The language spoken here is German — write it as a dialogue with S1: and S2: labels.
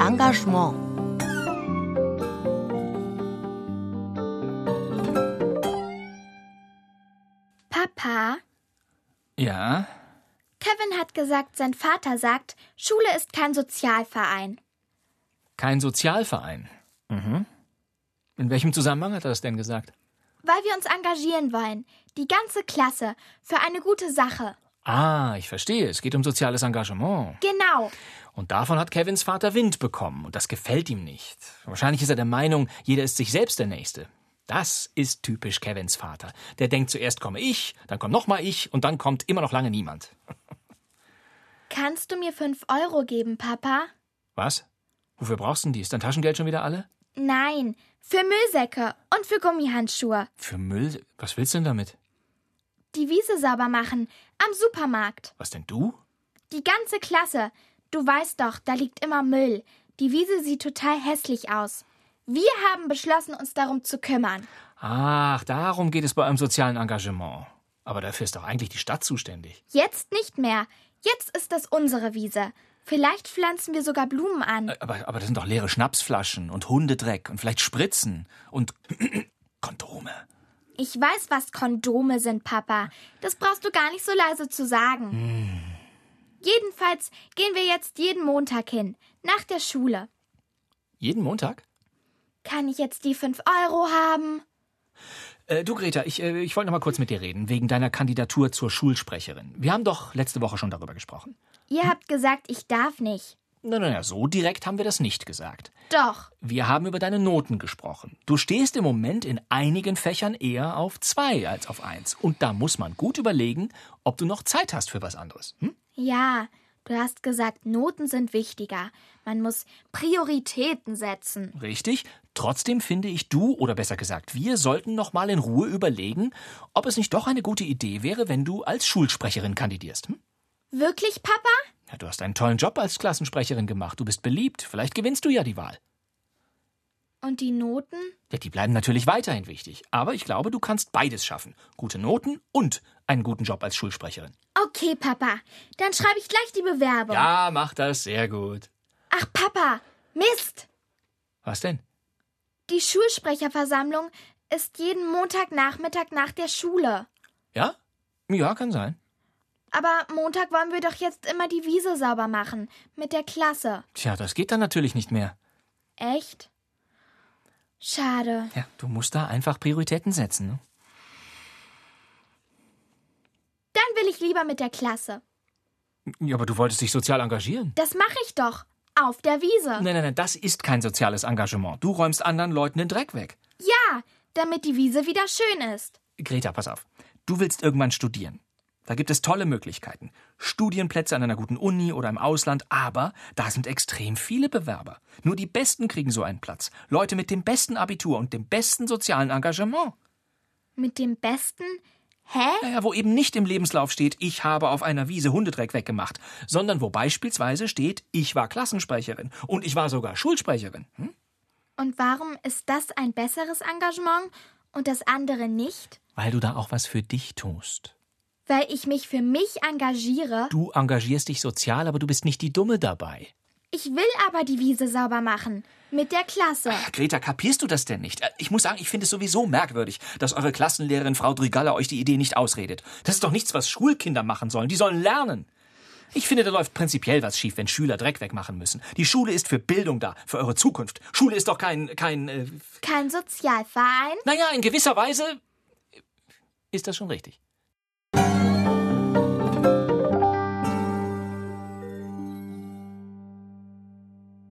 S1: Engagement.
S2: Papa,
S3: Ja,
S2: Kevin hat gesagt, sein Vater sagt, Schule ist kein Sozialverein.
S3: kein Sozialverein. Mhm. In welchem Zusammenhang hat er das denn gesagt?
S2: Weil wir uns engagieren wollen. Die ganze Klasse. Für eine gute Sache.
S3: Ah, ich verstehe. Es geht um soziales Engagement.
S2: Genau.
S3: Und davon hat Kevins Vater Wind bekommen. Und das gefällt ihm nicht. Wahrscheinlich ist er der Meinung, jeder ist sich selbst der Nächste. Das ist typisch Kevins Vater. Der denkt, zuerst komme ich, dann kommt nochmal ich und dann kommt immer noch lange niemand.
S2: Kannst du mir fünf Euro geben, Papa?
S3: Was? Wofür brauchst du denn die? Ist dein Taschengeld schon wieder alle?
S2: Nein. Für Müllsäcke und für Gummihandschuhe.
S3: Für Müll? Was willst du denn damit?
S2: Die Wiese sauber machen. Am Supermarkt.
S3: Was denn du?
S2: Die ganze Klasse. Du weißt doch, da liegt immer Müll. Die Wiese sieht total hässlich aus. Wir haben beschlossen, uns darum zu kümmern.
S3: Ach, darum geht es bei einem sozialen Engagement. Aber dafür ist doch eigentlich die Stadt zuständig.
S2: Jetzt nicht mehr. Jetzt ist das unsere Wiese. Vielleicht pflanzen wir sogar Blumen an.
S3: Aber, aber das sind doch leere Schnapsflaschen und Hundedreck und vielleicht Spritzen und Kondome.
S2: Ich weiß, was Kondome sind, Papa. Das brauchst du gar nicht so leise zu sagen. Jedenfalls gehen wir jetzt jeden Montag hin, nach der Schule.
S3: Jeden Montag?
S2: Kann ich jetzt die 5 Euro haben?
S3: Äh, du, Greta, ich, äh, ich wollte noch mal kurz mit dir reden, wegen deiner Kandidatur zur Schulsprecherin. Wir haben doch letzte Woche schon darüber gesprochen.
S2: Ihr habt gesagt, ich darf nicht.
S3: Na, na, na, so direkt haben wir das nicht gesagt.
S2: Doch,
S3: Wir haben über deine Noten gesprochen. Du stehst im Moment in einigen Fächern eher auf zwei als auf eins. Und da muss man gut überlegen, ob du noch Zeit hast für was anderes. Hm?
S2: ja, du hast gesagt, Noten sind wichtiger. Man muss Prioritäten setzen.
S3: Richtig. Trotzdem finde ich, du oder besser gesagt, wir sollten noch mal in Ruhe überlegen, ob es nicht doch eine gute Idee wäre, wenn du als Schulsprecherin kandidierst. Hm?
S2: Wirklich, Papa?
S3: Ja, du hast einen tollen Job als Klassensprecherin gemacht. Du bist beliebt. Vielleicht gewinnst du ja die Wahl.
S2: Und die Noten?
S3: Ja, die bleiben natürlich weiterhin wichtig. Aber ich glaube, du kannst beides schaffen. Gute Noten und einen guten Job als Schulsprecherin.
S2: Okay, Papa, dann schreibe ich gleich die Bewerbung.
S3: Ja, mach das sehr gut.
S2: Ach, Papa, Mist!
S3: Was denn?
S2: Die Schulsprecherversammlung ist jeden Montagnachmittag nach der Schule.
S3: Ja? Ja, kann sein.
S2: Aber Montag wollen wir doch jetzt immer die Wiese sauber machen. Mit der Klasse.
S3: Tja, das geht dann natürlich nicht mehr.
S2: Echt? Schade.
S3: Ja, du musst da einfach Prioritäten setzen. Ne?
S2: Dann will ich lieber mit der Klasse.
S3: Ja, aber du wolltest dich sozial engagieren.
S2: Das mache ich doch. Auf der Wiese.
S3: Nein, nein, nein, das ist kein soziales Engagement. Du räumst anderen Leuten den Dreck weg.
S2: Ja, damit die Wiese wieder schön ist.
S3: Greta, pass auf. Du willst irgendwann studieren. Da gibt es tolle Möglichkeiten. Studienplätze an einer guten Uni oder im Ausland, aber da sind extrem viele Bewerber. Nur die Besten kriegen so einen Platz. Leute mit dem besten Abitur und dem besten sozialen Engagement.
S2: Mit dem Besten? Hä?
S3: Naja, wo eben nicht im Lebenslauf steht, ich habe auf einer Wiese Hundedreck weggemacht, sondern wo beispielsweise steht, ich war Klassensprecherin und ich war sogar Schulsprecherin. Hm?
S2: Und warum ist das ein besseres Engagement und das andere nicht?
S3: Weil du da auch was für dich tust.
S2: Weil ich mich für mich engagiere.
S3: Du engagierst dich sozial, aber du bist nicht die Dumme dabei.
S2: Ich will aber die Wiese sauber machen. Mit der Klasse.
S3: Greta, kapierst du das denn nicht? Äh, Ich muss sagen, ich finde es sowieso merkwürdig, dass eure Klassenlehrerin Frau Drigalla euch die Idee nicht ausredet. Das ist doch nichts, was Schulkinder machen sollen. Die sollen lernen. Ich finde, da läuft prinzipiell was schief, wenn Schüler Dreck wegmachen müssen. Die Schule ist für Bildung da, für eure Zukunft. Schule ist doch kein, kein, äh,
S2: Kein Sozialverein.
S3: naja, in gewisser Weise ist das schon richtig.